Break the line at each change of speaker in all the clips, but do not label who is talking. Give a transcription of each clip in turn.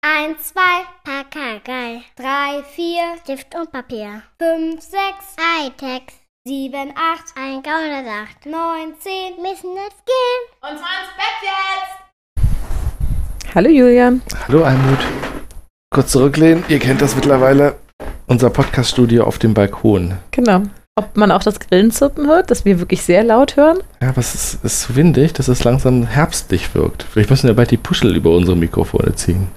Eins, zwei, Pakagei.
Drei, vier,
Stift und Papier.
fünf, sechs,
Hightech.
sieben, acht,
Ein Gaunersacht.
neun, zehn.
Müssen jetzt gehen.
Und zwar ins Bett jetzt!
Hallo Julia.
Hallo Almut. Kurz zurücklehnen, ihr kennt das mittlerweile. Unser Podcast-Studio auf dem Balkon.
Genau. Ob man auch das Grillenzirpen hört, dass wir wirklich sehr laut hören?
Ja, aber es ist, ist so windig, dass es langsam herbstlich wirkt. Vielleicht müssen wir bald die Puschel über unsere Mikrofone ziehen.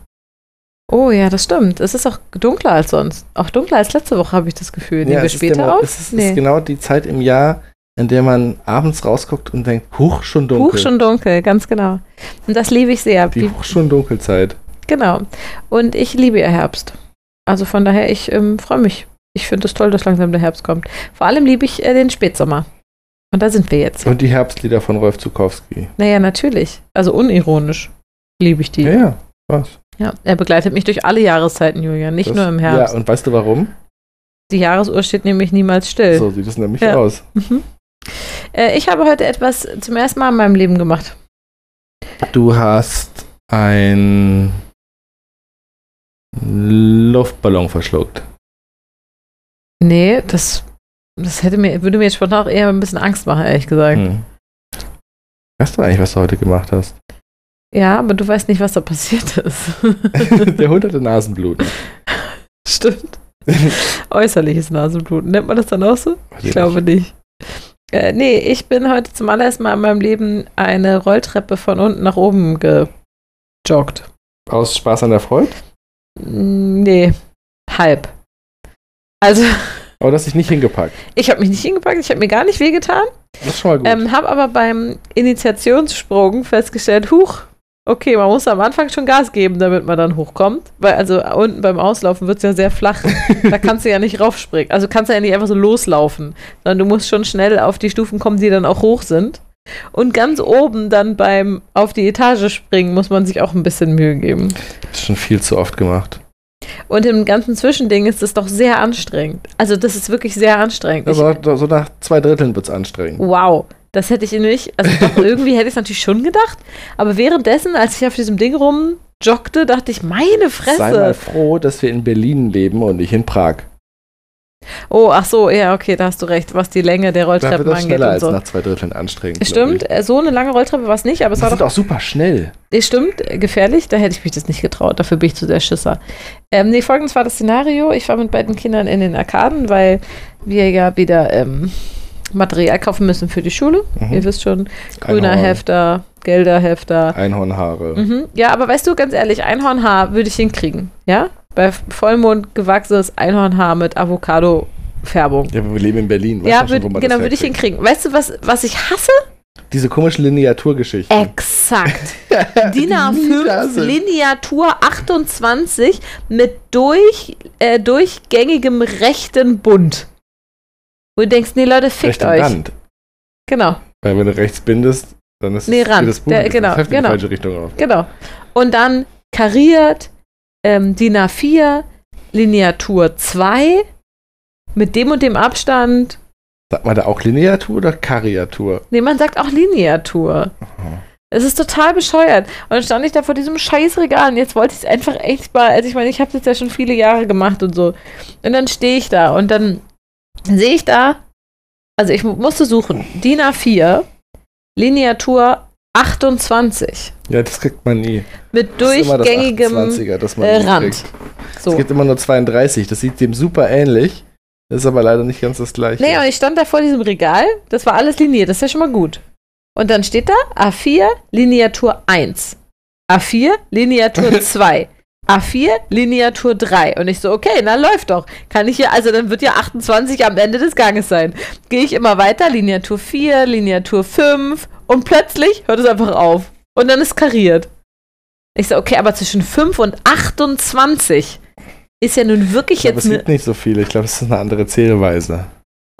Oh ja, das stimmt. Es ist auch dunkler als sonst. Auch dunkler als letzte Woche habe ich das Gefühl. Nehmen wir
es ist der
später
Mo-
auf?
Es ist, ist genau die Zeit im Jahr, in der man abends rausguckt und denkt, huch, schon dunkel.
Huch, schon dunkel, ganz genau. Und das liebe ich sehr.
Die
Die-
huch, schon Dunkelzeit.
genau. Und ich liebe ja Herbst. Also von daher, ich ähm, freue mich. Ich finde es toll, dass langsam der Herbst kommt. Vor allem liebe ich äh, den Spätsommer. Und da sind wir jetzt.
Und die Herbstlieder von Rolf Zukowski.
Naja, natürlich. Also unironisch liebe ich die.
Ja, ja, was?
Ja, er begleitet mich durch alle Jahreszeiten, Julian, nicht
Das-
nur im Herbst.
Ja, und weißt du warum?
Die Jahresuhr steht nämlich niemals still.
So sieht es nämlich
Äh. Ja.
aus.
Mhm. Äh, ich habe heute etwas zum ersten Mal in meinem Leben gemacht.
Du hast ein Luftballon verschluckt.
Nee, das, das hätte mir, würde mir jetzt spontan auch eher ein bisschen Angst machen, ehrlich gesagt.
Hm. Weißt du eigentlich, was du heute gemacht hast?
Ja, aber du weißt nicht, was da passiert ist.
Der hunderte Nasenbluten.
Stimmt. Äußerliches Nasenbluten. Nennt man das dann auch so?
Weiß
Ich glaube nicht. Äh, nee, ich bin heute zum allerersten Mal in meinem Leben eine Rolltreppe von unten nach oben gejoggt. Hm,
Aus Spaß an der Freude?
Nee, halb. Also,
Aber das ist nicht hingepackt.
ich habe mich nicht hingepackt, ich habe mir gar nicht wehgetan,
Das ist schon mal gut.
ähm, habe aber beim Initiationssprung festgestellt, huch, okay, man muss am Anfang schon Gas geben, damit man dann hochkommt, weil also unten beim Auslaufen wird es ja sehr flach, da kannst du ja nicht raufspringen, also kannst du ja nicht einfach so loslaufen, sondern du musst schon schnell auf die Stufen kommen, die dann auch hoch sind. Und ganz oben dann beim auf die Etage springen, muss man sich auch ein bisschen Mühe geben.
das ist schon viel zu oft gemacht.
Und im ganzen Zwischending ist es doch sehr anstrengend. Also das ist wirklich sehr anstrengend. Ich, Oh,
Also nach, so nach zwei Dritteln wird es anstrengend.
wow, das hätte ich nicht. Also doch, irgendwie hätte ich es natürlich schon gedacht. Aber währenddessen, als ich auf diesem Ding rumjoggte, dachte ich, meine
Sei
Fresse.
mal froh, dass wir in Berlin leben und nicht in Prag.
Oh, ach so, ja, okay, da hast du recht, was die Länge der
Da wird
Rolltreppen
das
angeht
schneller
und
als
so.
nach zwei Dritteln anstrengend. glaub
Stimmt, äh, so eine lange Rolltreppe war es nicht, aber
Ich.
es
Die
war doch
sind auch super schnell.
Nee, stimmt, äh, gefährlich, da hätte ich mich das nicht getraut, dafür bin ich zu der Schisser. Ähm, nee, folgendes war das Szenario, ich war mit beiden Kindern in den Arkaden, weil wir ja wieder ähm, Material kaufen müssen für die Schule.
Mhm.
Ihr wisst schon, grüner
Einhorn-
Hefter, gelder Hefter.
Einhornhaare.
Mhm. Ja, aber weißt du, ganz ehrlich, Einhornhaar würde ich hinkriegen, ja? Bei Vollmond gewachsenes Einhornhaar mit Avocado-Färbung.
Ja, aber wir leben in Berlin. weißt
Ja,
doch schon,
würd,
wo man
genau,
das
würde ich
herkriegt.
hinkriegen. Weißt du, was, was ich hasse?
Diese komischen Lineaturgeschichten.
Exakt. DIN
da
A5
sind.
Lineatur 28 mit durch, äh, durchgängigem rechten Bund. Wo du denkst, nee, Leute, fickt
Recht
euch.
Rand.
Genau,
Weil wenn du rechts bindest, dann ist
Nee,
es-
Rand.
das Buch
Der-
das
genau,
Heft in
genau.
die falsche Richtung auf.
genau. Und dann kariert, ähm, DIN A4, Lineatur 2, mit dem und dem Abstand.
Sagt man da auch Lineatur oder Kariatur?
Nee, man sagt auch Lineatur.
Mhm.
Es ist total bescheuert. Und dann stand ich da vor diesem scheiß Regal und jetzt wollte ich es einfach echt mal, also ich meine, ich habe das ja schon viele Jahre gemacht und so. Und dann stehe ich da und dann sehe ich da, also ich mu- musste suchen, DIN A4, Lineatur 28
Ja, das kriegt man nie.
mit
Das ist immer das
durchgängigem
28er, das man
äh,
nie
Rand.
kriegt. Es
So.
gibt immer nur 32, das sieht dem super ähnlich, ist aber leider nicht ganz das gleiche.
Nee, und ich stand da vor diesem Regal, das war alles liniert, das ist ja schon mal gut. Und dann steht da A4 Lineatur 1, A4 Lineatur 2, A4 Lineatur 3. Und ich so, okay, na läuft doch. Kann ich ja, also dann wird ja 28 am Ende des Ganges sein. Gehe ich immer weiter, Lineatur 4, Lineatur 5 und plötzlich hört es einfach auf. Und dann ist kariert. Ich so, okay, aber zwischen 5 und 28 ist ja nun wirklich
ich glaube,
jetzt ne-
es
eine
gibt nicht so viele, ich glaube, es ist eine andere Zählweise.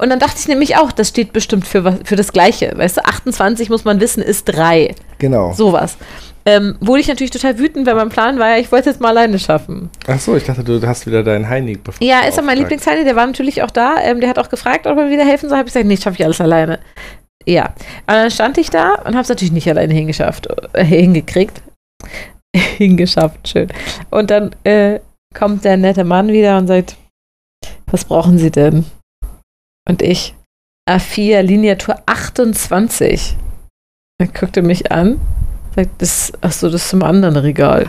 und dann dachte ich nämlich auch, das steht bestimmt für, was, für das Gleiche. Weißt du, 28 muss man wissen, ist 3.
Genau.
Sowas. Ähm, wurde ich natürlich total wütend, weil mein Plan war ja, ich wollte es mal alleine schaffen.
Ach so, ich dachte, du hast wieder deinen Heinig befragt.
Ja, ist ja mein Lieblingsheini, der war natürlich auch da. Ähm, der hat auch gefragt, ob er mir wieder helfen soll. Habe ich gesagt, nee, schaffe ich alles alleine. Ja. Und dann stand ich da und habe es natürlich nicht alleine hingeschafft, äh, hingekriegt. hingeschafft, schön. Und dann äh, kommt der nette Mann wieder und sagt, was brauchen Sie denn? Und ich, A4, Liniatur 28. Er guckte mich an, sagt, das, ach so, das ist im anderen Regal.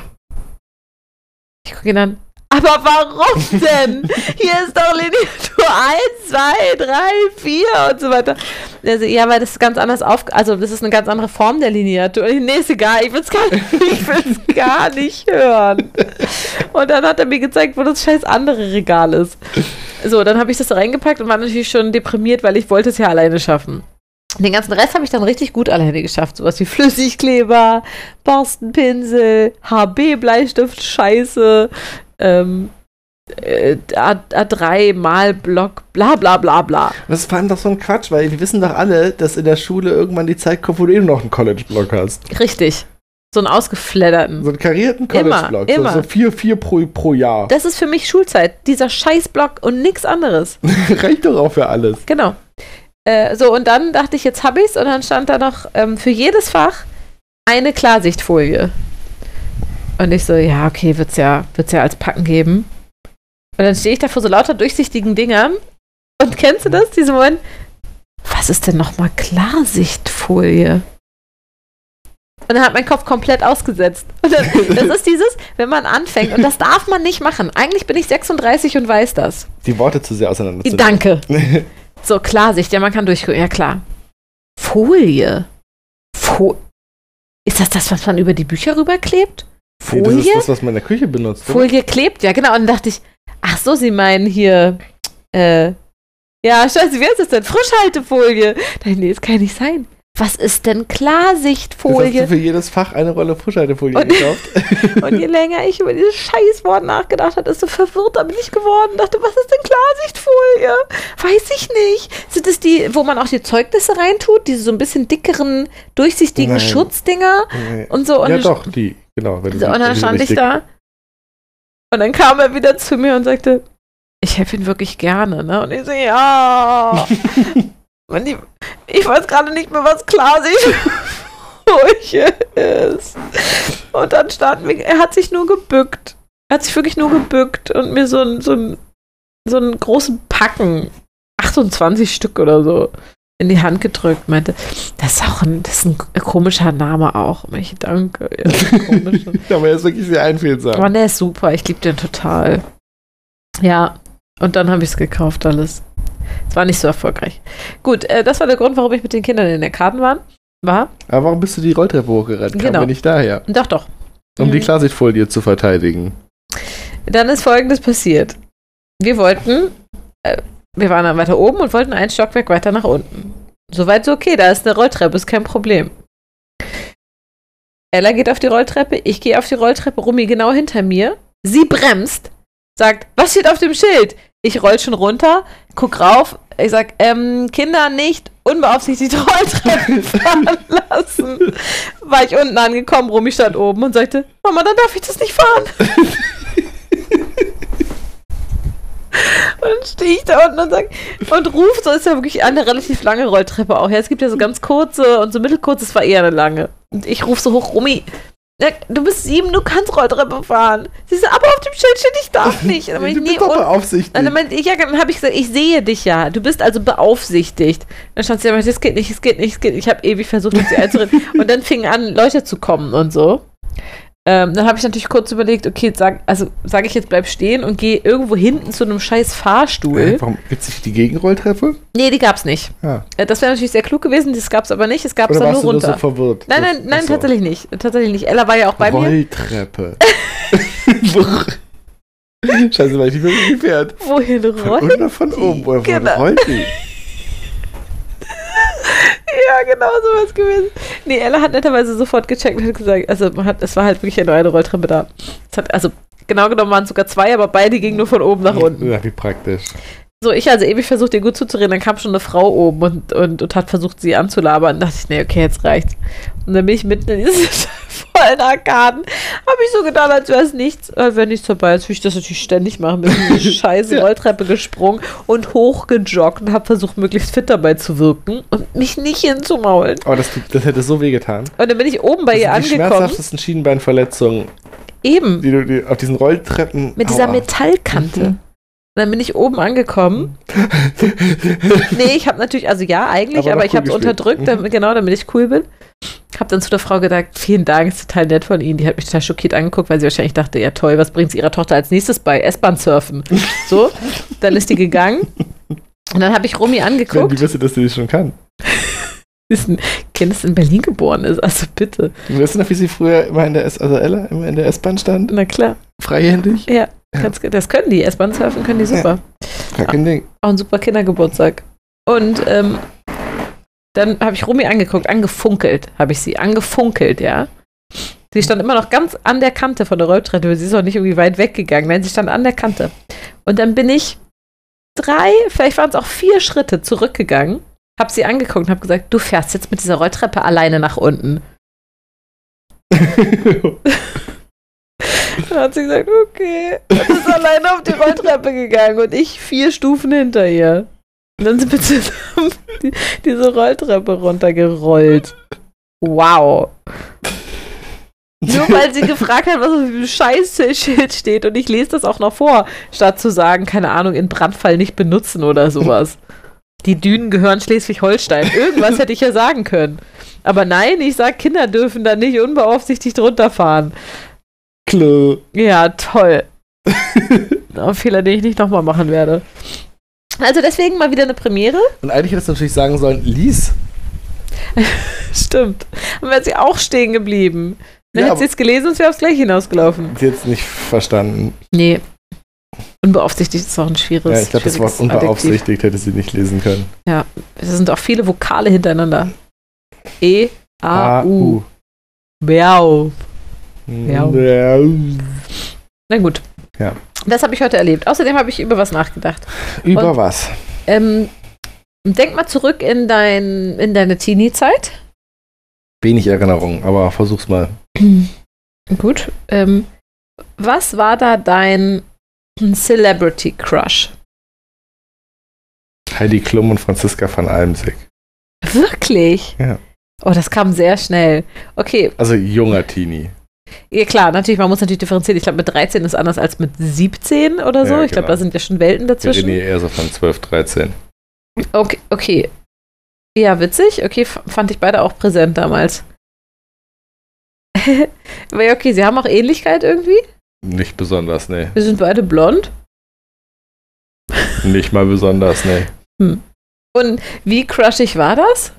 Ich gucke ihn an, aber warum denn? Hier ist doch Liniatur 1, 2, 3, 4 und so weiter. Also, ja, weil das ist ganz anders auf, also das ist eine ganz andere Form der Lineatur. Nee, ist egal, ich will's gar nicht, ich will's gar nicht hören. Und dann hat er mir gezeigt, wo das scheiß andere Regal ist. So, dann habe ich das da reingepackt und war natürlich schon deprimiert, weil ich wollte es ja alleine schaffen. Den ganzen Rest habe ich dann richtig gut alleine geschafft. Sowas wie Flüssigkleber, Borstenpinsel, HB-Bleistift, Scheiße, ähm, äh, A- A3, Malblock, bla bla bla bla.
Das ist vor allem doch so ein Quatsch, weil wir wissen doch alle, dass in der Schule irgendwann die Zeit kommt, wo du eben noch einen College-Block hast.
Richtig. So einen ausgefledderten.
So einen karierten
Immer,
College-Block.
immer.
So, so vier, vier pro, pro Jahr.
Das ist für mich Schulzeit. Dieser Scheißblock und nichts anderes.
Reicht doch auch für alles.
Genau. Äh, so, und dann dachte ich, jetzt hab ich's. Und dann stand da noch ähm, für jedes Fach eine Klarsichtfolie. Und ich so, ja, okay, wird's ja, wird's ja als Packen geben. Und dann stehe ich da vor so lauter durchsichtigen Dingern. Und kennst du das, diesen Moment? Was ist denn nochmal Klarsichtfolie? Und dann hat mein Kopf komplett ausgesetzt. Und dann, das ist dieses, wenn man anfängt, und das darf man nicht machen. Eigentlich bin ich 36 und weiß das.
Die Worte zu sehr auseinander zu
Danke. So, Klarsicht, ja, man kann durchgucken. Ja, klar. Folie. Fo ist das das, was man über die Bücher rüberklebt?
Nee, das ist
Folie?
das, was man in der Küche benutzt. oder?
Folie klebt, ja, genau. Und dann dachte ich, ach so, Sie meinen hier, äh, ja, scheiße, wie heißt das denn? Frischhaltefolie. Nein, nee, das kann nicht sein. Was ist denn
Das hast du
Klarsichtfolie?
für jedes Fach eine Rolle Frischhaltefolie
Und-
gekauft.
Und je länger ich über dieses Scheißwort nachgedacht habe, desto verwirrter bin ich geworden. Dachte, was ist denn Klarsichtfolie? Weiß ich nicht. Sind es die, wo man auch die Zeugnisse reintut, diese so ein bisschen dickeren, durchsichtigen
Nein.
Schutzdinger
Oh, Nee.
und so? Oh, Und
ja,
ich-
doch, die. Genau. Wenn
So, und dann
wenn
stand ich
richtig-
da. Und dann kam er wieder zu mir und sagte, ich helfe ihn wirklich gerne, ne? Und ich so, ja. und ich, ich weiß gerade nicht mehr, was Klarsichtfolie ist. Und dann stand mir, er hat sich nur gebückt. Er hat sich wirklich nur gebückt und mir so einen so einen- so einen großen Packen, 28 Stück oder so, in die Hand gedrückt, meinte, das ist auch ein, das ist ein komischer Name auch. Und ich danke. Ja, komischer.
Aber er ist wirklich sehr einfühlsam.
Mann, der ist super. Ich liebe den total. Ja, und dann habe ich es gekauft, alles. Es war nicht so erfolgreich. Gut, äh, das war der Grund, warum ich mit den Kindern in der Karten war. war.
Aber warum bist du die Rolltreppe hochgerannt? Kamen
Genau.
wir nicht daher.
Doch, doch.
Um die
Mhm.
Klarsichtfolie zu verteidigen.
Dann ist folgendes passiert. Wir wollten, äh, wir waren dann weiter oben und wollten ein Stockwerk weiter nach unten. Soweit so okay, da ist eine Rolltreppe, ist kein Problem. Ella geht auf die Rolltreppe, ich gehe auf die Rolltreppe, Rumi genau hinter mir. Sie bremst, sagt, was steht auf dem Schild? Ich roll schon runter, guck rauf, ich sag, ähm, Kinder nicht unbeaufsichtigt Rolltreppen fahren lassen. War ich unten angekommen, Rumi stand oben und sagte, Mama, dann darf ich das nicht fahren. Und dann stehe ich da unten und sag, und ruf, so ist ja wirklich eine relativ lange Rolltreppe auch. Ja, es gibt ja so ganz kurze und so mittelkurze, es war eher eine lange. Und ich rufe so hoch, Rumi, na, du bist sieben, du kannst Rolltreppe fahren. Sie so, aber auf dem Schild steht, ich darf nicht. Und dann
Du
bin ich,
bist
nee,
doch
und- und
beaufsichtigt.
dann meinte Also ich, ja, dann habe ich gesagt, ich sehe dich ja. Du bist also beaufsichtigt. Dann stand sie da, meinte, es geht nicht, es geht nicht, es geht nicht. Ich habe ewig versucht, mit sie einzureden. und dann fingen an, Leute zu kommen und so. Ähm, dann habe ich natürlich kurz überlegt, okay, sag, also sage ich jetzt, bleib stehen und gehe irgendwo hinten zu einem scheiß Fahrstuhl.
Äh, warum gibt es nicht die Gegenrolltreppe?
Nee, die gab's nicht.
Ja.
Äh, Das wäre natürlich sehr klug gewesen, das gab's aber nicht. Es gab's
Oder
dann nur
warst du nur
runter.
so verwirrt?
nein, nein, nein,
Ach so.
tatsächlich nicht. Tatsächlich nicht. Ella war ja auch bei mir.
Rolltreppe. Scheiße, weil ich nicht mehr gefährt.
Wohin
Von
rollt?
unten oder von oben? Woher
Genau.
rollt die?
Ja, genau so was gewesen. Nee, Ella hat netterweise sofort gecheckt und hat gesagt, also man hat, es war halt wirklich nur eine Rolltreppe da. Es hat, also genau genommen waren es sogar zwei, aber beide gingen nur von oben nach unten.
Ja, wie praktisch.
So, ich also ewig versucht, ihr gut zuzureden. Dann kam schon eine Frau oben und, und, und hat versucht, sie anzulabern. Dann dachte ich, nee, okay, jetzt reicht's. Und dann bin ich mitten in diesen vollen Arkaden. Habe ich so getan, als wäre es nichts. Äh, Wenn nichts dabei ist, würde ich das natürlich ständig machen. Bin in diese scheiße Rolltreppe gesprungen und hochgejoggt und habe versucht, möglichst fit dabei zu wirken und mich nicht hinzumaulen.
Aber das, tut- das hätte so weh getan.
Und dann bin ich oben bei ihr
das sind die
angekommen.
schmerzhaftesten Schienbeinverletzungen,
Eben.
die du die, auf diesen Rolltreppen.
Mit dieser
Aua.
Metallkante.
Mhm.
Und dann bin ich oben angekommen. nee, ich habe natürlich, also ja, eigentlich,
Aber Mhm.
aber,
noch
ich
cool
habe es
gespielt.
unterdrückt, damit, genau, damit ich cool bin. Hab dann zu der Frau gesagt, vielen Dank, ist total nett von Ihnen. Die hat mich total schockiert angeguckt, weil sie wahrscheinlich dachte, ja toll, was bringt sie ihrer Tochter als nächstes bei? S-Bahn surfen. So, dann ist die gegangen. Und dann habe ich Romy
Wenn die
angeguckt,
wüsste, dass sie das schon kann.
ist ein Kind, das in Berlin geboren ist. Also bitte.
Du weißt noch, wie sie früher immer in der S, also Ella, immer in der S-Bahn stand?
Na klar,
Freihändig?
ganz, das können die. S-Bahn surfen können die super.
Gar kein Ding.
Auch ein super Kindergeburtstag. Und ähm, dann habe ich Rumi angeguckt, angefunkelt, habe ich sie, angefunkelt, ja. Sie stand immer noch ganz an der Kante von der Rolltreppe. Sie ist auch nicht irgendwie weit weggegangen. Nein, sie stand an der Kante. Und dann bin ich drei, vielleicht waren es auch vier Schritte zurückgegangen, habe sie angeguckt und habe gesagt, du fährst jetzt mit dieser Rolltreppe alleine nach unten. Dann hat sie gesagt, okay. Und ist alleine auf die Rolltreppe gegangen und ich vier Stufen hinter ihr. Und dann sind wir zusammen die, diese Rolltreppe runtergerollt. Wow. Nur weil sie gefragt hat, was auf dem Scheißschild steht und ich lese das auch noch vor, statt zu sagen, keine Ahnung, in Brandfall nicht benutzen oder sowas. Die Dünen gehören Schleswig-Holstein. Irgendwas hätte ich ja sagen können. Aber nein, ich sag, Kinder dürfen da nicht unbeaufsichtigt runterfahren.
Klo.
Ja, toll. Ein Fehler, den ich nicht nochmal machen werde. Also deswegen mal wieder eine Premiere.
Und eigentlich hättest du natürlich sagen sollen, Lies.
Stimmt. Und wäre sie auch stehen geblieben. Dann
Ja,
hätte sie es gelesen und es wäre aufs Gleiche hinausgelaufen.
Sie jetzt nicht verstanden.
Nee. Unbeaufsichtigt ist auch ein schwieriges
ja, ich glaube, das Wort
schwieriges Adjektiv.
unbeaufsichtigt hätte sie nicht lesen können.
Es sind auch viele Vokale hintereinander. E, A, U.
A-U.
Miau. Ja.
Ja.
Na gut.
Ja.
Das habe ich heute erlebt. Außerdem habe ich über was nachgedacht.
Über
Und-
was?
Ähm, denk mal zurück in, dein, in deine Teenie-Zeit.
Wenig Erinnerung, aber versuch's mal.
Gut. Ähm, was war da dein Celebrity Crush?
Heidi Klum und Franziska van Almsick.
Wirklich?
Ja.
Oh, das kam sehr schnell. Okay,
Also junger Teenie.
ja klar, natürlich, man muss natürlich differenzieren. Ich glaube, mit 13 ist anders als mit 17 oder so.
Ja,
ich glaube,
genau.
da sind ja schon Welten
Wir
dazwischen.
reden hier eher so von 12, 13.
Okay, okay. Ja, witzig. Okay, f- fand ich beide auch präsent damals. Aber ja, okay, sie haben auch Ähnlichkeit irgendwie.
Nicht besonders, ne.
Wir sind beide blond.
Nicht mal besonders, ne.
Und wie crushig war das?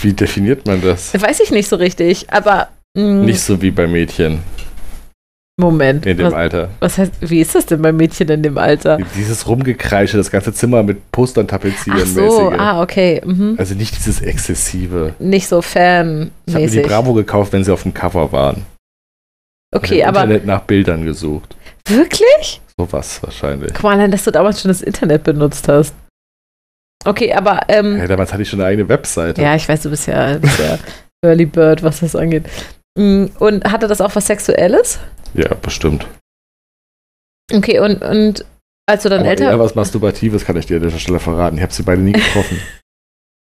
Wie definiert man das?
Weiß ich nicht so richtig, aber. mm. mh,
Nicht so wie bei Mädchen
Moment.
in
was-
dem Alter.
Was heißt, wie ist das denn bei Mädchen in dem Alter?
Dieses Rumgekreische, das ganze Zimmer mit Postern tapezieren
Ach so,
mäßige.
ah, okay. Mhm.
Also nicht dieses Exzessive.
Nicht so
Ich habe mir die
fanmäßig.
Bravo gekauft, wenn sie auf dem Cover waren. Ich hab
Okay,
im
aber
Internet nach Bildern gesucht.
wirklich?
Sowas wahrscheinlich.
Guck mal, allein, dass du damals schon das Internet benutzt hast. Okay, aber, ähm,
Ja, damals hatte ich schon eine eigene Webseite.
ja, ich weiß, du bist ja, bist ja Early Bird, was das angeht. Mm, Und hatte das auch was Sexuelles?
Ja, bestimmt.
Okay, und, und als du dann
Aber
älter
eher Oh, was Masturbatives kann ich dir an dieser Stelle verraten. Ich habe sie beide nie getroffen.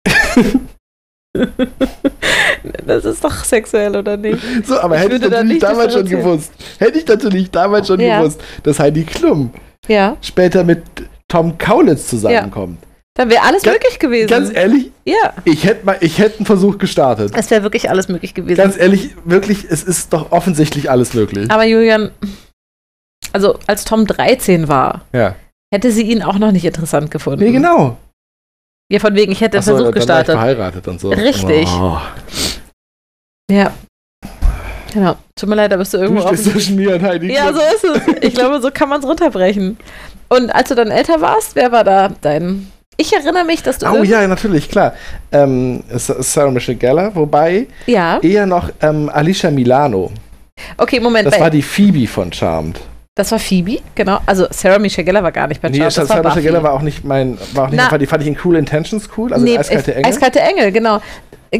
Das ist doch sexuell, oder nicht?
So, aber
Ich
hätte ich
würde da
natürlich
nicht
damals schon gewusst. Hätte ich natürlich damals schon
Ja.
gewusst, dass Heidi Klum
Ja,
später mit Tom Kaulitz zusammenkommt.
dann wäre alles
Ganz-
möglich gewesen.
Ganz ehrlich,
ja,
ich hätte mal, ich hätte einen Versuch gestartet.
es wäre wirklich alles möglich gewesen.
Ganz ehrlich, wirklich, es ist doch offensichtlich alles möglich.
Aber Julian, also als Tom 13 war,
Ja.
hätte sie ihn auch noch nicht interessant gefunden.
Nee, genau.
Ja, von wegen, ich hätte den
Achso,
Versuch
dann war ich
gestartet.
verheiratet und so.
Richtig.
Oh.
Ja. Genau. Tut mir leid, da bist du
Du
irgendwo
stehst
auf.
zwischen mir und Heidi
Ja, so
Klum.
ist es. Ich glaube, so kann man es runterbrechen. Und als du dann älter warst, wer war da dein. Ich erinnere mich, dass du.
Oh
irgend-
ja, natürlich, klar. Ähm, Sa- Sarah Michelle Gellar, wobei
ja.
eher noch ähm, Alicia Milano.
Okay, Moment.
Das
weil-
war die Phoebe von Charmed.
Das war Phoebe, genau. Also Sarah Michelle Geller war gar nicht bei
Nee,
Charmed, das war
Sarah
Buffy.
Geller war auch nicht mein, war auch nicht
Na.
mein Fall. Die fand ich in Cool Intentions cool, also in Eiskalte
äh,
Engel.
Eiskalte Engel, genau. Äh,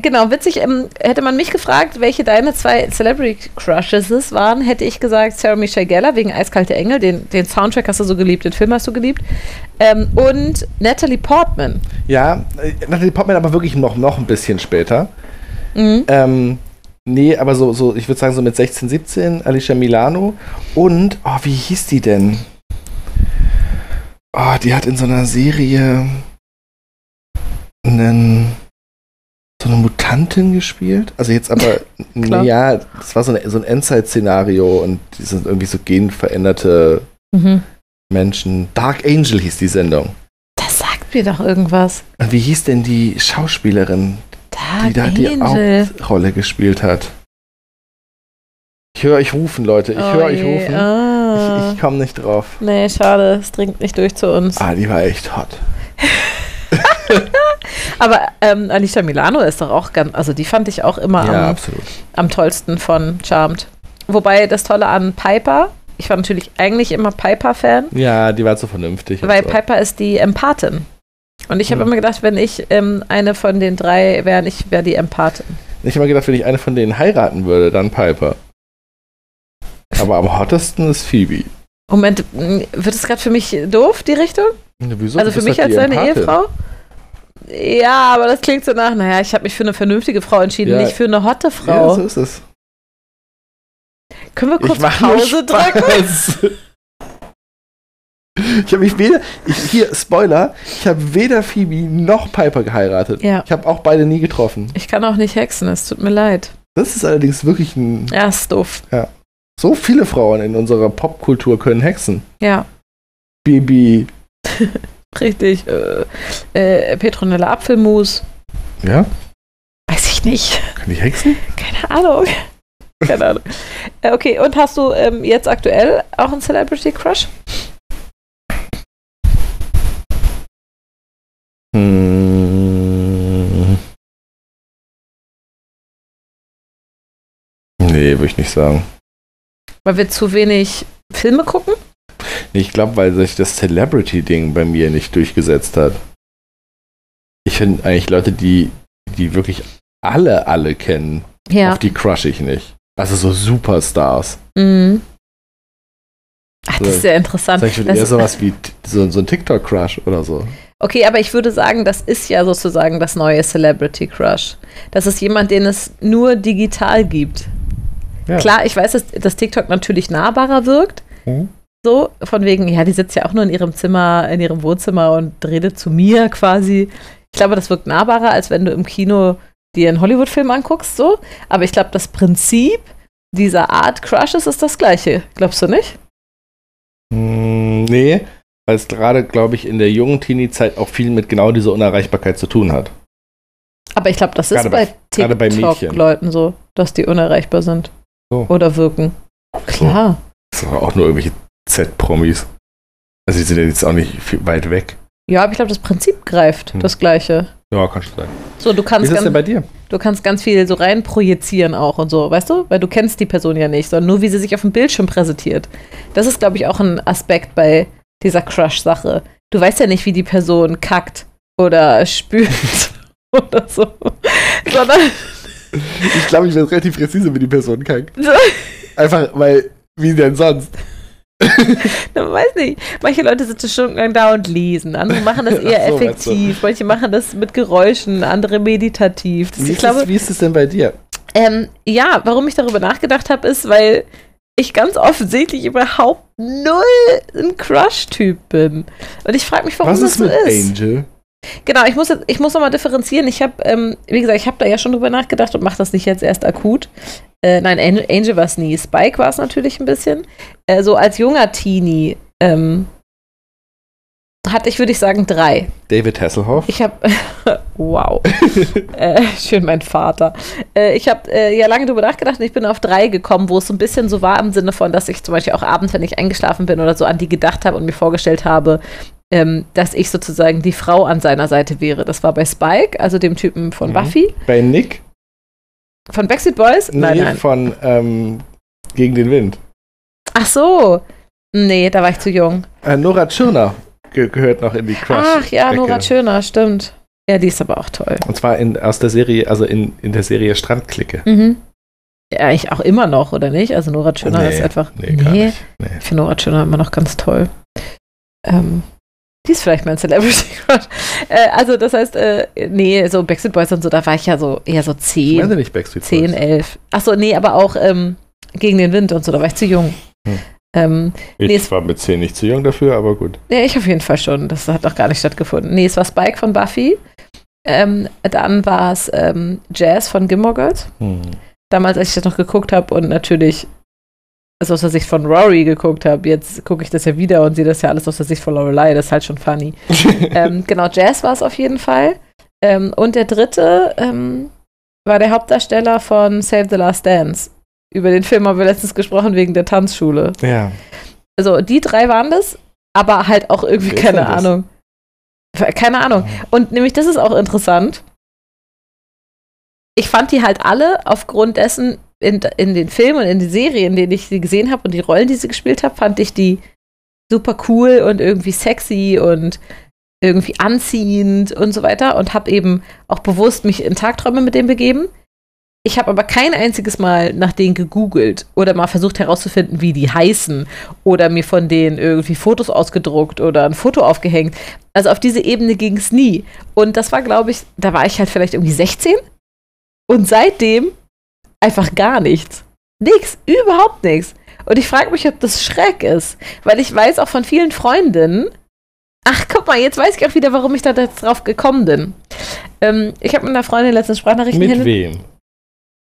Genau, witzig, ähm, hätte man mich gefragt, welche deine zwei Celebrity Crushes es waren, hätte ich gesagt Sarah Michelle Gellar wegen Eiskalte Engel, den, den Soundtrack hast du so geliebt, den Film hast du geliebt, ähm, und Natalie Portman.
Ja, äh, Natalie Portman aber wirklich noch, noch ein bisschen später. Ähm, nee, aber so, so ich würde sagen, so mit 16, 17, Alicia Milano. Und, oh, wie hieß die denn? Oh, die hat in so einer Serie einen, so eine Mutantin gespielt. Also jetzt aber,
Klar.
ja, das war so, eine, so ein Endzeit-Szenario und die sind irgendwie so genveränderte Menschen. Dark Angel hieß die Sendung.
Das sagt mir doch irgendwas.
Und wie hieß denn die Schauspielerin,
Dark
die da die
Angel.
Hauptrolle gespielt hat. Ich höre euch rufen, Leute.
Oh
Ich höre euch rufen.
Ah.
Ich, ich komme nicht drauf.
nee, schade, es dringt nicht durch zu uns.
Ah, die war echt hot.
Aber ähm, Alicia Milano ist doch auch ganz, also die fand ich auch immer
Ja,
am,
absolut.
am tollsten von Charmed. Wobei das Tolle an Piper, ich war natürlich eigentlich immer Piper-Fan,
Ja, die war so vernünftig. und
weil
so.
Piper ist die Empathin. Und ich habe
Hm.
immer gedacht, wenn ich ähm, eine von den drei wäre, ich wäre die Empathin.
Ich habe mir gedacht, wenn ich eine von denen heiraten würde, dann Piper. Aber am hottesten ist Phoebe.
Moment, mh, wird es gerade für mich doof, die Richtung?
Wieso?
also
Du
für
bist
mich
halt
als
die
seine
Empathin.
Ehefrau? Ja, aber das klingt so nach, naja, ich habe mich für eine vernünftige Frau entschieden,
Ja.
nicht für eine hotte
Ja,
Frau.
so ist es.
Können wir kurz
ich mach nur
Pause
Spaß.
drücken?
Ich habe mich weder, ich, hier, Spoiler, ich habe weder Phoebe noch Piper geheiratet.
Ja.
Ich habe auch beide nie getroffen.
Ich kann auch nicht hexen, es tut mir leid.
Das ist allerdings wirklich ein.
Ja, ist doof.
So viele Frauen in unserer Popkultur können hexen.
Ja,
Bibi.
richtig. Äh, äh, Petronella Apfelmus.
Ja?
Weiß ich nicht.
Kann ich hexen?
Keine Ahnung. Keine Ahnung. Äh, okay, und hast du ähm, jetzt aktuell auch einen Celebrity Crush?
Hm. Nee, würde ich nicht sagen.
Weil wir zu wenig Filme gucken?
Ich glaube, weil sich das Celebrity-Ding bei mir nicht durchgesetzt hat. Ich finde eigentlich Leute, die, die wirklich alle, alle kennen,
Ja.
auf die crush ich nicht. Also so Superstars.
Mhm. Ach, das
So.
ist ja interessant.
Sag ich würde
Das-
eher sowas wie t- so, so ein TikTok-Crush oder so.
Okay, aber ich würde sagen, das ist ja sozusagen das neue Celebrity Crush. Das ist jemand, den es nur digital gibt.
Ja.
Klar, ich weiß, dass, dass TikTok natürlich nahbarer wirkt.
Mhm.
So, von wegen, ja, die sitzt ja auch nur in ihrem Zimmer, in ihrem Wohnzimmer und redet zu mir quasi. Ich glaube, das wirkt nahbarer, als wenn du im Kino dir einen Hollywood-Film anguckst, so. Aber ich glaube, das Prinzip dieser Art Crushes ist das gleiche. Glaubst du nicht?
Mm, nee, weil es gerade, glaube ich, in der jungen Teenie-Zeit auch viel mit genau dieser Unerreichbarkeit zu tun hat.
Aber ich glaube, das ist
Gerade
bei,
bei- gerade bei Mädchen.
TikTok-Leuten so, dass die unerreichbar sind
So.
oder wirken. Klar.
Das sind auch nur irgendwelche Z-Promis. Also die sind ja jetzt auch nicht viel weit weg.
Ja, aber ich glaube, das Prinzip greift,
Hm.
das Gleiche.
Ja, kann schon sein.
So, du
Wie
kannst,
ist das denn
ganz,
bei dir?
du kannst ganz viel so rein projizieren auch und so, weißt du? Weil du kennst die Person ja nicht, sondern nur, wie sie sich auf dem Bildschirm präsentiert. Das ist, glaube ich, auch ein Aspekt bei dieser Crush-Sache. Du weißt ja nicht, wie die Person kackt oder spült oder so. Sondern
Ich glaube, ich werde relativ präzise, wie die Person kackt. Einfach, weil, wie denn sonst?
Na, weiß nicht. Manche Leute sitzen stundenlang da und lesen. Andere machen das eher
Ach so, meinst du.
effektiv. Manche machen das mit Geräuschen, andere meditativ. Das,
Wie
ich
ist, es,
glaube,
wie ist es denn bei dir?
ähm, ja, warum ich darüber nachgedacht habe, ist, weil ich ganz offensichtlich überhaupt null ein Crush-Typ bin. Und ich frage mich, warum
Was
das
ist
so
mit
ist.
Angel?
Genau, ich muss, jetzt- ich muss nochmal differenzieren. Ich habe, ähm, wie gesagt, ich habe da ja schon drüber nachgedacht und mache das nicht jetzt erst akut. Äh, nein, Angel, Angel war es nie. Spike war es natürlich ein bisschen. Äh, so als junger Teenie ähm, hatte ich, würde ich sagen, drei.
David Hasselhoff?
Ich habe, wow, äh, schön mein Vater. Äh, ich habe äh, ja lange drüber nachgedacht und ich bin auf drei gekommen, wo es so ein bisschen so war im Sinne von, dass ich zum Beispiel auch abends, wenn ich eingeschlafen bin oder so, an die gedacht habe und mir vorgestellt habe, ähm, dass ich sozusagen die Frau an seiner Seite wäre. Das war bei Spike, also dem Typen von
Mhm.
Buffy,
Bei Nick?
von Backstreet Boys.
Nee,
Nein, nein.
von ähm, Gegen den Wind.
Ach so. Nee, da war ich zu jung.
Äh, Nora Tschirner ge gehört noch in die Crush.
Ach ja, Nora
Ecke.
Schöner, stimmt. Ja, die ist aber auch toll.
Und zwar in, aus der Serie, also in, in der Serie Strandklicke.
Mhm. Ja, ich auch immer noch, oder nicht? Also Nora Tschirner
Nee,
ist einfach.
nee, gar nicht, nee.
Ich finde Nora Tschirner immer noch ganz toll. Ähm, die ist vielleicht mein Celebrity Crush. Äh, also, das heißt, äh, nee, so Backstreet Boys und so, da war ich ja so eher so
Ich meine
10,
nicht Backstreet
10,
Boys.
11. Achso, nee, aber auch ähm, gegen den Wind und so, da war ich zu jung.
Hm.
Ähm,
Ich
Nee, es-
war mit 10 nicht zu jung dafür, aber gut.
ja, ich auf jeden Fall schon. Das hat doch gar nicht stattgefunden. Nee, es war Spike von Buffy. Ähm, dann war es ähm, Jazz von Gilmore Girls.
Hm.
damals, als ich das noch geguckt habe und natürlich also aus der Sicht von Rory geguckt habe, jetzt gucke ich das ja wieder und sehe das ja alles aus der Sicht von Lorelei, das ist halt schon funny. ähm, genau, Jazz war es auf jeden Fall. Ähm, und der dritte ähm, war der Hauptdarsteller von Save the Last Dance. Über den Film haben wir letztens gesprochen wegen der Tanzschule.
Ja.
Also die drei waren das, aber halt auch irgendwie
Wer ist
keine
denn das? Ah.
Ahnung. Keine Ahnung. Und nämlich, das ist auch interessant. Ich fand die halt alle aufgrund dessen, in, in den Filmen und in den Serien, in denen ich sie gesehen habe und die Rollen, die sie gespielt habe, fand ich die super cool und irgendwie sexy und irgendwie anziehend und so weiter und habe eben auch bewusst mich in Tagträume mit denen begeben. Ich habe aber kein einziges Mal nach denen gegoogelt oder mal versucht herauszufinden, wie die heißen oder mir von denen irgendwie Fotos ausgedruckt oder ein Foto aufgehängt. Also auf diese Ebene ging es nie. Und das war, glaube ich, da war ich halt vielleicht irgendwie 16 und seitdem einfach gar nichts. Nix, überhaupt nichts. Und ich frage mich, ob das Schreck ist, weil ich weiß auch von vielen Freundinnen, ach guck mal, jetzt weiß ich auch wieder, warum ich da jetzt drauf gekommen bin. Ähm, ich habe mit einer Freundin letztens Sprachnachrichten hin
Mit wem?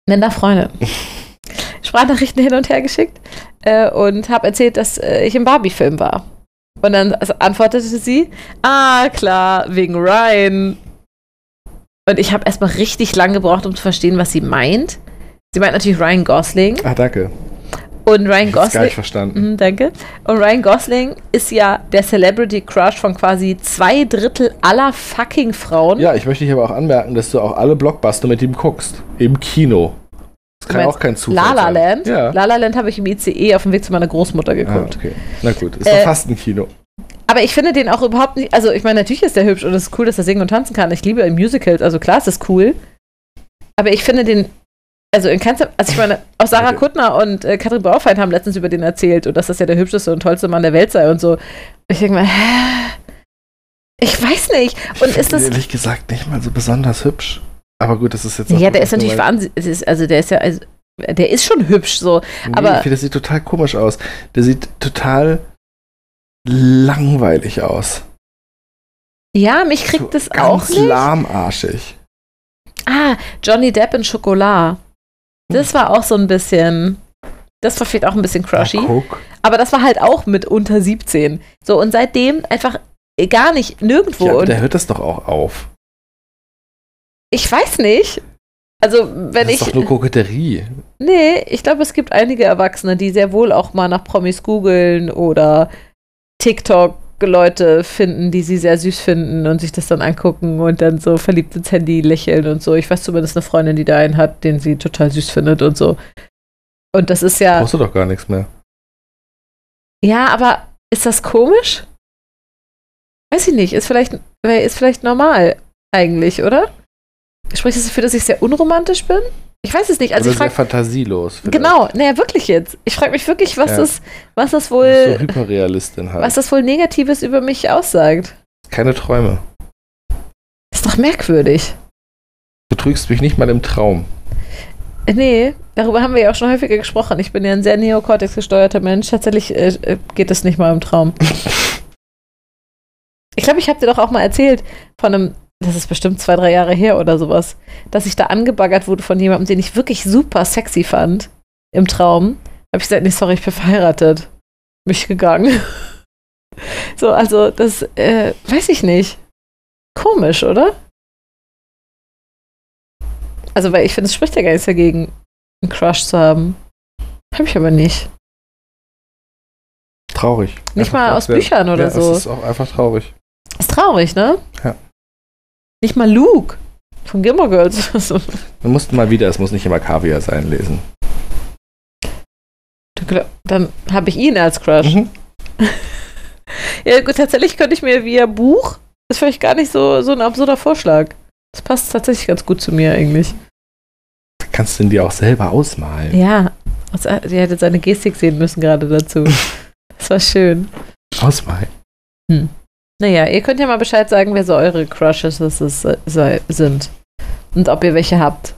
mit einer Freundin. Sprachnachrichten hin und her geschickt äh, und habe erzählt, dass äh, ich im Barbie-Film war. Und dann s- antwortete sie, ah klar, wegen Ryan. Und ich habe erstmal richtig lang gebraucht, um zu verstehen, was sie meint. Sie meint natürlich Ryan Gosling.
Ah, danke.
Und Ryan
Ich hab's gar
Gosling.
nicht verstanden.
Mhm, danke. Und Ryan Gosling ist ja der Celebrity Crush von quasi zwei Drittel aller fucking Frauen.
Ja, ich möchte dich aber auch anmerken, dass du auch alle Blockbuster mit ihm guckst. Im Kino. Das
Du
kann
meinst
auch kein
La
Zufall
La
sein.
Land.
Ja.
La La Land habe ich im ICE auf dem Weg zu meiner Großmutter
ah,
geguckt.
okay. Na gut, ist
Äh,
doch fast ein Kino.
Aber ich finde den auch überhaupt nicht. Also, ich meine, natürlich ist der hübsch und es ist cool, dass er singen und tanzen kann. Ich liebe Musicals, also klar, es ist cool. Aber ich finde den. Also, in keinster. Also, ich meine, auch Sarah
Okay.
Kuttner und äh, Katrin Baufeind haben letztens über den erzählt und dass das ja der hübscheste und tollste Mann der Welt sei und so. Ich denke mal, hä? Ich weiß nicht. Und ist das.
ehrlich gesagt nicht mal so besonders hübsch. Aber gut, das ist jetzt
Ja,
auch
der
wirklich
ist natürlich
nur, weil-
wahnsinnig. es ist- Also, der ist ja. Also, der ist schon hübsch, so.
Nee,
aber-
ich finde, das sieht total komisch aus. Der sieht total langweilig aus.
Ja, mich kriegt
So
das
ganz
auch nicht.
lahmarschig.
Ah, Johnny Depp in Schokolade. Das war auch so ein bisschen. Das war vielleicht auch ein bisschen crushy.
Na, guck.
Aber das war halt auch mit unter 17. So, und seitdem einfach äh, gar nicht, nirgendwo.
Ja, aber der
und
hört das doch auch auf.
ich weiß nicht. Also, wenn
das
ich.
ist doch nur Koketterie.
Nee, ich glaube, es gibt einige Erwachsene, die sehr wohl auch mal nach Promis googeln oder TikTok-Leute finden, die sie sehr süß finden und sich das dann angucken und dann so verliebt ins Handy lächeln und so. Ich weiß zumindest eine Freundin, die da einen hat, den sie total süß findet und so. Und das ist ja.
Brauchst du doch gar nichts mehr.
Ja, aber ist das komisch? Weiß ich nicht. Ist vielleicht, weil- ist vielleicht normal eigentlich, oder? Spricht es dafür, dass ich sehr unromantisch bin? Ich weiß es nicht. Also
Oder
ich
sehr
frage
fantasielos. vielleicht.
genau. Naja, wirklich jetzt. Ich frage mich wirklich, was
Ja.
das, was das
Du bist So
wohl,
Hyperrealistin halt.
was das wohl Negatives über mich aussagt.
Keine Träume.
Ist doch merkwürdig.
Du trügst mich nicht mal im Traum.
Äh, Nee, darüber haben wir ja auch schon häufiger gesprochen. Ich bin ja ein sehr Neokortex gesteuerter Mensch. Tatsächlich äh, äh, geht es nicht mal im Traum. Ich glaube, ich habe dir doch auch mal erzählt von einem, das ist bestimmt zwei, drei Jahre her oder sowas, dass ich da angebaggert wurde von jemandem, den ich wirklich super sexy fand im Traum. Habe ich gesagt, nee, sorry, ich bin verheiratet. Mich gegangen. So, also das äh, weiß ich nicht. Komisch, oder? Also, weil ich finde, es spricht ja gar nichts dagegen, einen Crush zu haben. Habe ich aber nicht.
Traurig.
Nicht mal aus
sehr-
Büchern oder
ja,
so.
Das ist auch einfach traurig.
Ist traurig, ne?
Ja.
Nicht mal Luke von Gilmore Girls. So.
Wir mussten mal wieder, es muss nicht immer Kaviar sein, lesen.
Dann habe ich ihn als Crush.
Mhm.
Ja, gut, tatsächlich könnte ich mir via Buch, ist vielleicht gar nicht so, so ein absurder Vorschlag. Das passt tatsächlich ganz gut zu mir eigentlich.
Kannst du den dir auch selber ausmalen?
Ja, was, ihr hättet seine Gestik sehen müssen gerade dazu. Das war schön.
Ausmalen.
Naja, ihr könnt ja mal Bescheid sagen, wer so eure Crushes es ist- sei- sind. Und ob ihr welche habt.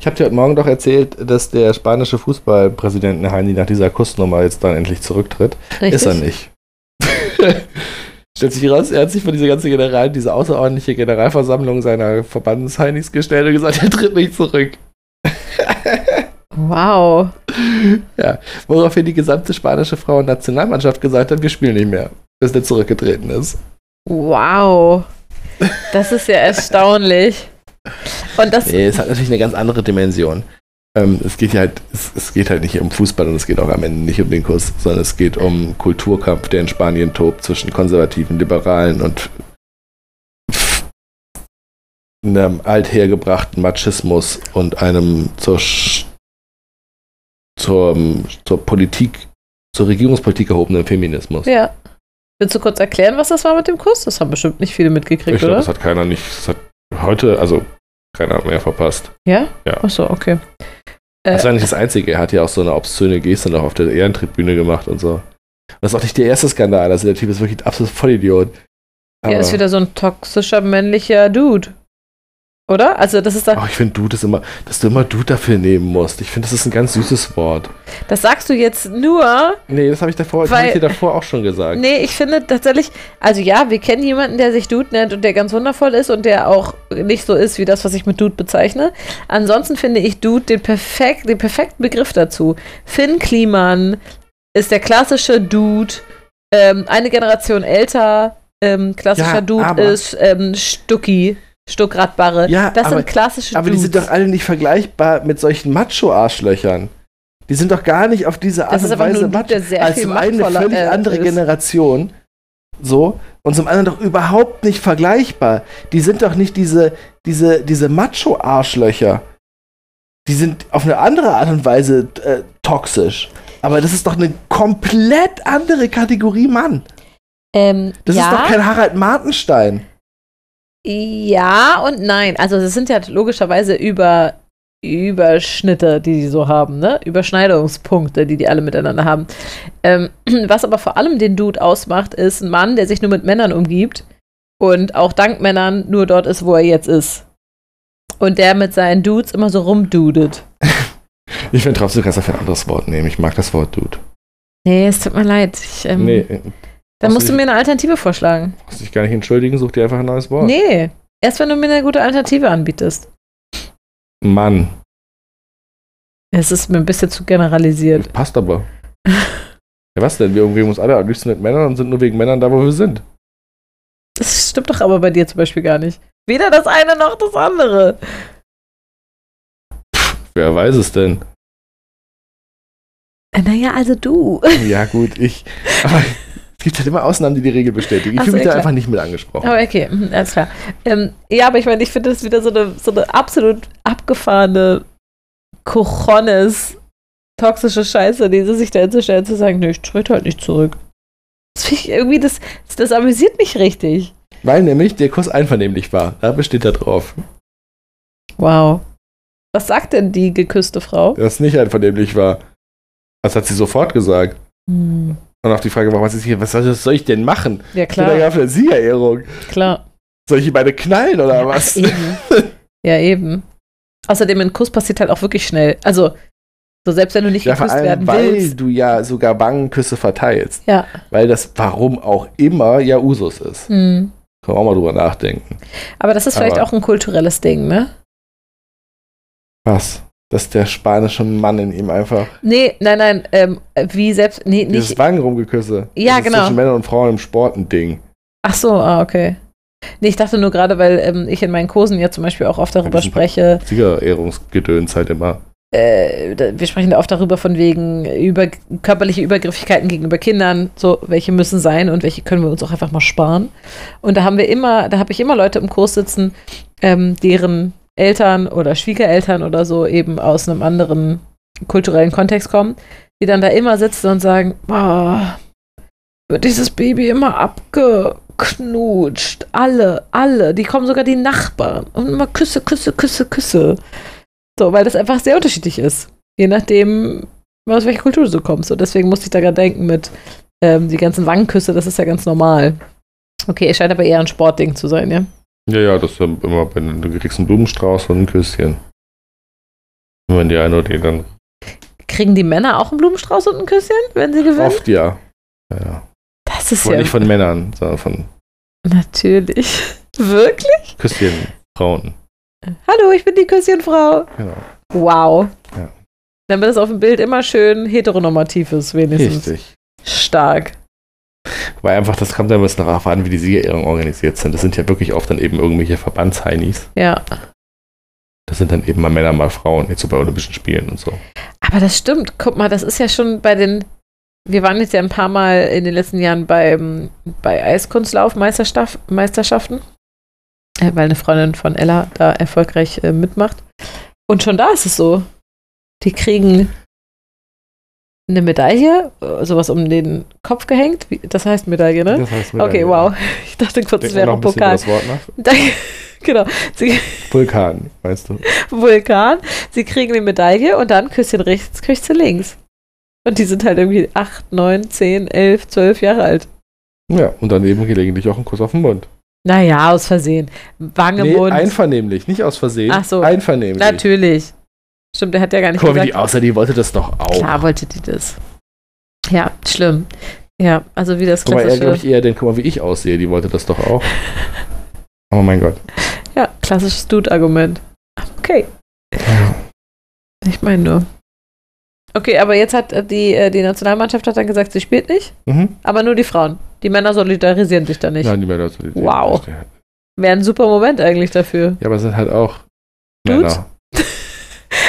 Ich habe dir heute Morgen doch erzählt, dass der spanische Fußballpräsident Heini nach dieser Kussnummer jetzt dann endlich zurücktritt.
Richtig?
Ist er nicht. Stellt sich raus, er hat sich von dieser ganzen General, diese außerordentliche Generalversammlung seiner Verbandesheinis gestellt und gesagt, er tritt nicht zurück.
Wow.
ja, woraufhin die gesamte spanische Frauen-Nationalmannschaft gesagt hat, wir spielen nicht mehr, bis der zurückgetreten ist.
Wow. Das ist ja erstaunlich. Und das,
Nee, es hat natürlich eine ganz andere Dimension. Ähm, es geht ja halt, es, es geht halt nicht um Fußball und es geht auch am Ende nicht um den Kuss, sondern es geht um Kulturkampf, der in Spanien tobt zwischen konservativen, liberalen und einem althergebrachten Machismus und einem zur, Sch- zur, zur Politik, zur Regierungspolitik erhobenen Feminismus.
ja. Willst du kurz erklären, was das war mit dem Kuss? Das haben bestimmt nicht viele mitgekriegt,
Ich glaube,
oder?
das hat keiner nicht. Das hat heute, also keiner hat mehr verpasst.
Ja?
Ja.
Achso, okay.
Das war nicht das Einzige. Er hat ja auch so eine obszöne Geste noch auf der Ehrentribüne gemacht und so. Und das ist auch nicht der erste Skandal. Also der Typ ist wirklich ein absolut Vollidiot. Aber,
Er ist wieder so ein toxischer männlicher Dude. Oder? Also, das ist da,
oh, ich finde Dude ist immer, dass du immer Dude dafür nehmen musst. Ich finde, das ist ein ganz süßes Wort.
das sagst du jetzt nur.
Nee, das habe ich davor, das
Weil-
hab ich dir davor auch schon gesagt.
Nee, ich finde tatsächlich, also ja, wir kennen jemanden, der sich Dude nennt und der ganz wundervoll ist und der auch nicht so ist wie das, was ich mit Dude bezeichne. Ansonsten finde ich Dude den, perfekt, den perfekten Begriff dazu. Finn Kliman ist der klassische Dude, ähm, eine Generation älter, ähm, klassischer
Ja,
Dude
aber-
ist ähm, Stucki, Stuckradbarre.
Ja,
das
aber-
sind klassische
Aber die
Dudes.
sind doch alle nicht vergleichbar mit solchen Macho-Arschlöchern. Die sind doch gar nicht auf diese Art
Das ist
und
aber nur
Weise
ein Dude, der sehr
als
viel
zum einen eine
machtvoller,
völlig
äh,
andere
ist.
Generation. So. Und zum anderen doch überhaupt nicht vergleichbar. Die sind doch nicht diese, diese, diese Macho-Arschlöcher. Die sind auf eine andere Art und Weise äh, toxisch. Aber das ist doch eine komplett andere Kategorie Mann.
ähm,
Das
ja.
ist doch kein Harald Martenstein.
Ja und nein. Also es sind ja logischerweise über Überschnitte, die die so haben, ne? Überschneidungspunkte, die die alle miteinander haben. Ähm, was aber vor allem den Dude ausmacht, ist ein Mann, der sich nur mit Männern umgibt und auch dank Männern nur dort ist, wo er jetzt ist. Und der mit seinen Dudes immer so rumdudet.
Ich finde trotzdem, du kannst dafür ein anderes Wort nehmen. Ich mag das Wort Dude.
Nee, es tut mir leid. Ich, ähm, dann
hast
musst
du
du mir eine Alternative vorschlagen.
Musst dich gar nicht entschuldigen, such dir einfach ein neues Wort.
Nee, erst wenn du mir eine gute Alternative anbietest.
Mann.
Es ist mir ein bisschen zu generalisiert.
Passt aber. ja, was denn? Wir umgeben uns alle am liebsten mit Männern und sind nur wegen Männern da, wo wir sind.
Das stimmt doch aber bei dir zum Beispiel gar nicht. Weder das eine noch das andere.
Wer weiß es denn?
Naja, also du.
Ja, gut, ich. Aber es gibt halt immer Ausnahmen, die die Regel bestätigen. Ich
Ach so,
fühle mich
ja,
da
klar.
einfach nicht mit angesprochen.
Aber okay, mhm, alles klar. Ähm, ja, aber ich meine, ich finde das wieder so eine, so eine absolut abgefahrene, kochones, toxische Scheiße, diese sich da hinzustellen, zu sagen, nö, ich trete halt nicht zurück. Das finde ich irgendwie, das, das amüsiert mich richtig.
Weil nämlich der Kuss einvernehmlich war. Da besteht da drauf.
Wow. Was sagt denn die geküsste Frau?
Dass nicht einvernehmlich war. Das hat sie sofort gesagt.
Hm.
Und auf die Frage, warum was ist hier, was soll- was soll ich denn machen?
Ja,
Ich bin da
klar,
auf der Siegerehrung.
klar.
Soll ich hier beide knallen oder was?
Ja, eben. ja, eben. Außerdem, ein Kuss passiert halt auch wirklich schnell. Also, so selbst wenn du nicht
Ja, vor
geküsst
allem,
werden
weil
willst.
du ja sogar Wangenküsse verteilst.
Ja.
Weil das, warum auch immer, ja Usus ist.
Hm.
Können wir auch mal drüber nachdenken.
Aber das ist vielleicht
Aber-
auch ein kulturelles Ding, ne?
Was? Dass der spanische Mann in ihm einfach
Nee, nein, nein, ähm, wie selbst, nee,
dieses
nicht,
Wangen rumgeküsse.
Ja,
das ist
genau.
Zwischen Männern und Frauen im Sport ein Ding.
ach so, ah, okay. Nee, ich dachte nur gerade, weil ähm, ich in meinen Kursen ja zum Beispiel auch oft darüber
das sind-
spreche,
Siegerehrungsgedöns halt immer.
äh, da- wir sprechen da oft darüber von wegen über, körperliche Übergriffigkeiten gegenüber Kindern, so welche müssen sein und welche können wir uns auch einfach mal sparen. Und da haben wir immer, da habe ich immer Leute im Kurs sitzen, ähm, deren Eltern oder Schwiegereltern oder so eben aus einem anderen kulturellen Kontext kommen, die dann da immer sitzen und sagen, boah, wird dieses Baby immer abgeknutscht. Alle, alle. Die kommen sogar die Nachbarn. Und immer Küsse, Küsse, Küsse, Küsse. So, weil das einfach sehr unterschiedlich ist. Je nachdem, aus welcher Kultur du so kommst. Und deswegen musste ich da gerade denken mit ähm, die ganzen Wangenküsse, das ist ja ganz normal. Okay, es scheint aber eher ein Sportding zu sein, ja?
Ja, ja, das ist ja immer, wenn du kriegst einen Blumenstrauß und ein Küsschen. Und Wenn die eine oder die dann
Kriegen die Männer auch einen Blumenstrauß und ein Küsschen, wenn sie gewinnen?
oft ja. Ja, ja.
Das ist
Aber
ja
nicht von Männern, sondern von
natürlich. Wirklich?
Küsschen Frauen.
Hallo, ich bin die Küsschenfrau.
Genau.
Wow.
Ja.
Damit es auf dem Bild immer schön heteronormativ ist, wenigstens.
Richtig.
Stark.
Weil einfach, das kommt dann ein bisschen darauf an, wie die Siegerehrungen organisiert sind. Das sind ja wirklich oft dann eben irgendwelche Verbandsheinis.
Ja.
Das sind dann eben mal Männer, mal Frauen, jetzt so bei Olympischen Spielen und so.
Aber das stimmt. Guck mal, das ist ja schon bei den. Wir waren jetzt ja ein paar Mal in den letzten Jahren beim, bei Eiskunstlauf-Meisterschaften, äh, weil eine Freundin von Ella da erfolgreich äh, mitmacht. Und schon da ist es so. Die kriegen eine Medaille, äh, sowas um den Kopf gehängt. Wie, das heißt Medaille, ne?
Das heißt
okay, wow. Ich dachte kurz, es
Das wäre
wäre
noch
ein
ein bisschen über
Pokal.
das Wort nach.
Danke. Genau. Sie,
Vulkan, meinst du?
Vulkan. Sie kriegen die Medaille und dann Küsschen rechts, Küsschen links. Und die sind halt irgendwie 8, 9, 10, 11, 12 Jahre alt.
Ja, und dann eben gelegentlich auch einen Kuss auf den Mund.
Naja, aus Versehen. Wange,
Nee,
Mund.
einvernehmlich, nicht aus Versehen.
Ach so.
Einvernehmlich.
Natürlich. Stimmt, der hat ja gar nicht
Guck mal, wie die
gesagt.
außer die wollte das doch auch.
Klar wollte die das. Ja, schlimm. Ja, also wie das
Guck mal, er glaube
klassische,
ich eher den, guck mal, wie ich aussehe, die wollte das doch auch. Oh mein Gott.
ja, klassisches Dude-Argument. Okay.
Ah.
Ich meine nur. Okay, aber jetzt hat äh, die, äh, die Nationalmannschaft hat dann gesagt, sie spielt nicht.
Mhm.
Aber nur die Frauen. Die Männer solidarisieren sich da nicht.
Nein, die Männer dazu. die-
Wow.
Ja,
Wäre ein super Moment eigentlich dafür.
aber es sind halt auch
Dudes?
Männer.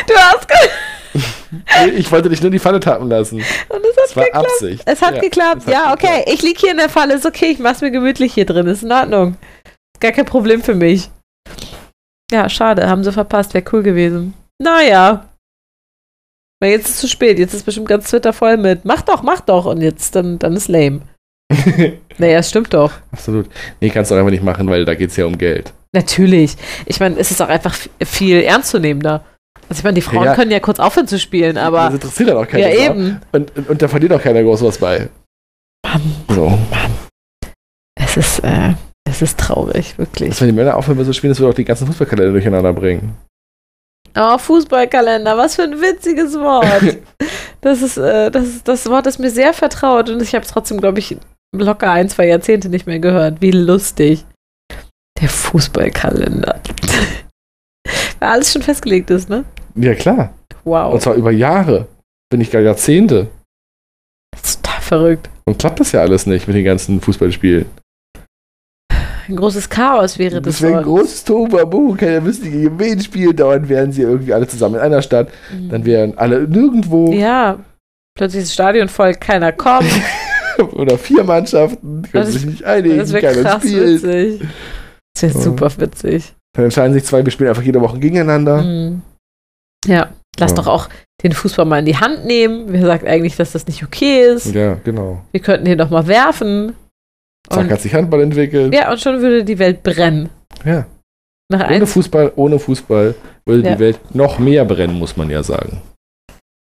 Du hast ge-
Ich wollte dich nur in die Falle tappen lassen.
Und es hat
Das war
geklappt.
Absicht.
Es hat
Ja,
geklappt.
es hat
ja, okay.
geklappt.
Ich lieg hier in der Falle. Ist okay. Ich mach's mir gemütlich hier drin. Ist in Ordnung. Ist gar kein Problem für mich. Ja, schade. Haben sie verpasst. Wäre cool gewesen. Naja. Aber jetzt ist es zu spät. Jetzt ist bestimmt ganz Twitter voll mit. Mach doch, mach doch. Und jetzt, dann, dann ist lame. Naja, es stimmt doch.
Absolut. Nee, kannst du auch einfach nicht machen, weil da geht es ja um Geld.
Natürlich. Ich meine, es ist auch einfach f- viel ernstzunehmender. Also ich meine, die Frauen
Ja.
können ja kurz aufhören zu spielen,
das
aber
interessiert dann auch keiner. genau.
ja eben.
Und, und, und da verliert auch keiner groß was bei.
Mann,
So.
es ist, äh, es ist traurig, wirklich.
Dass wenn die Männer aufhören müssen zu spielen, das würde auch die ganzen Fußballkalender durcheinander bringen.
Oh, Fußballkalender, was für ein witziges Wort. Das ist, äh, das, ist- das Wort ist mir sehr vertraut und ich habe es trotzdem, glaube ich, locker ein, zwei Jahrzehnte nicht mehr gehört. Wie lustig. Der Fußballkalender. Weil alles schon festgelegt ist, ne?
Ja, klar. Und
Wow.
zwar über Jahre. Bin ich gar Jahrzehnte.
Das ist total verrückt.
Und klappt das ja alles nicht mit den ganzen Fußballspielen.
Ein großes Chaos wäre das
Deswegen
Wort.
großes Tohuwabohu, keiner wüsste, gegen wen Spiel dauern, wären sie irgendwie alle zusammen in einer Stadt, dann Oh. wären alle nirgendwo
Mhm. Ja, plötzlich ist das Stadion voll, keiner kommt.
oder vier Mannschaften, können
Das-
sich nicht einigen,
Das wäre
keiner
krass
spielt.
witzig. Das wäre
Ja.
super witzig.
Dann entscheiden sich zwei, wir spielen einfach jede Woche gegeneinander.
Mhm. Ja, lass
Ja.
doch auch den Fußball mal in die Hand nehmen. Wer sagt eigentlich, dass das nicht okay ist?
Ja, genau.
Wir könnten den doch mal werfen.
Zack
Und,
hat sich Handball entwickelt.
ja, und schon würde die Welt brennen.
Ja.
Nach
Ohne
einem,
Fußball, ohne Fußball würde
Ja.
die Welt noch mehr brennen, muss man ja sagen.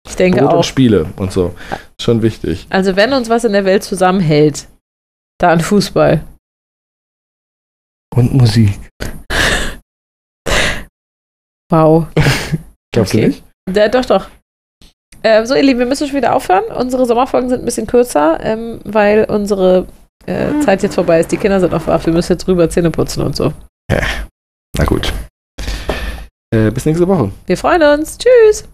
ich denke
Brot und
auch.
Spiele und so. Schon wichtig.
Also wenn uns was in der Welt zusammenhält, dann Fußball.
Und Musik.
Wow.
Glaubst
Okay.
du nicht?
Ja, doch, doch. Ähm, so, ihr Lieben, wir müssen schon wieder aufhören. Unsere Sommerfolgen sind ein bisschen kürzer, ähm, weil unsere
Ah.
äh, Zeit jetzt vorbei ist. Die Kinder sind noch wach. Wir müssen jetzt rüber Zähne putzen und so.
Na gut. Äh, bis nächste Woche.
Wir freuen uns. Tschüss.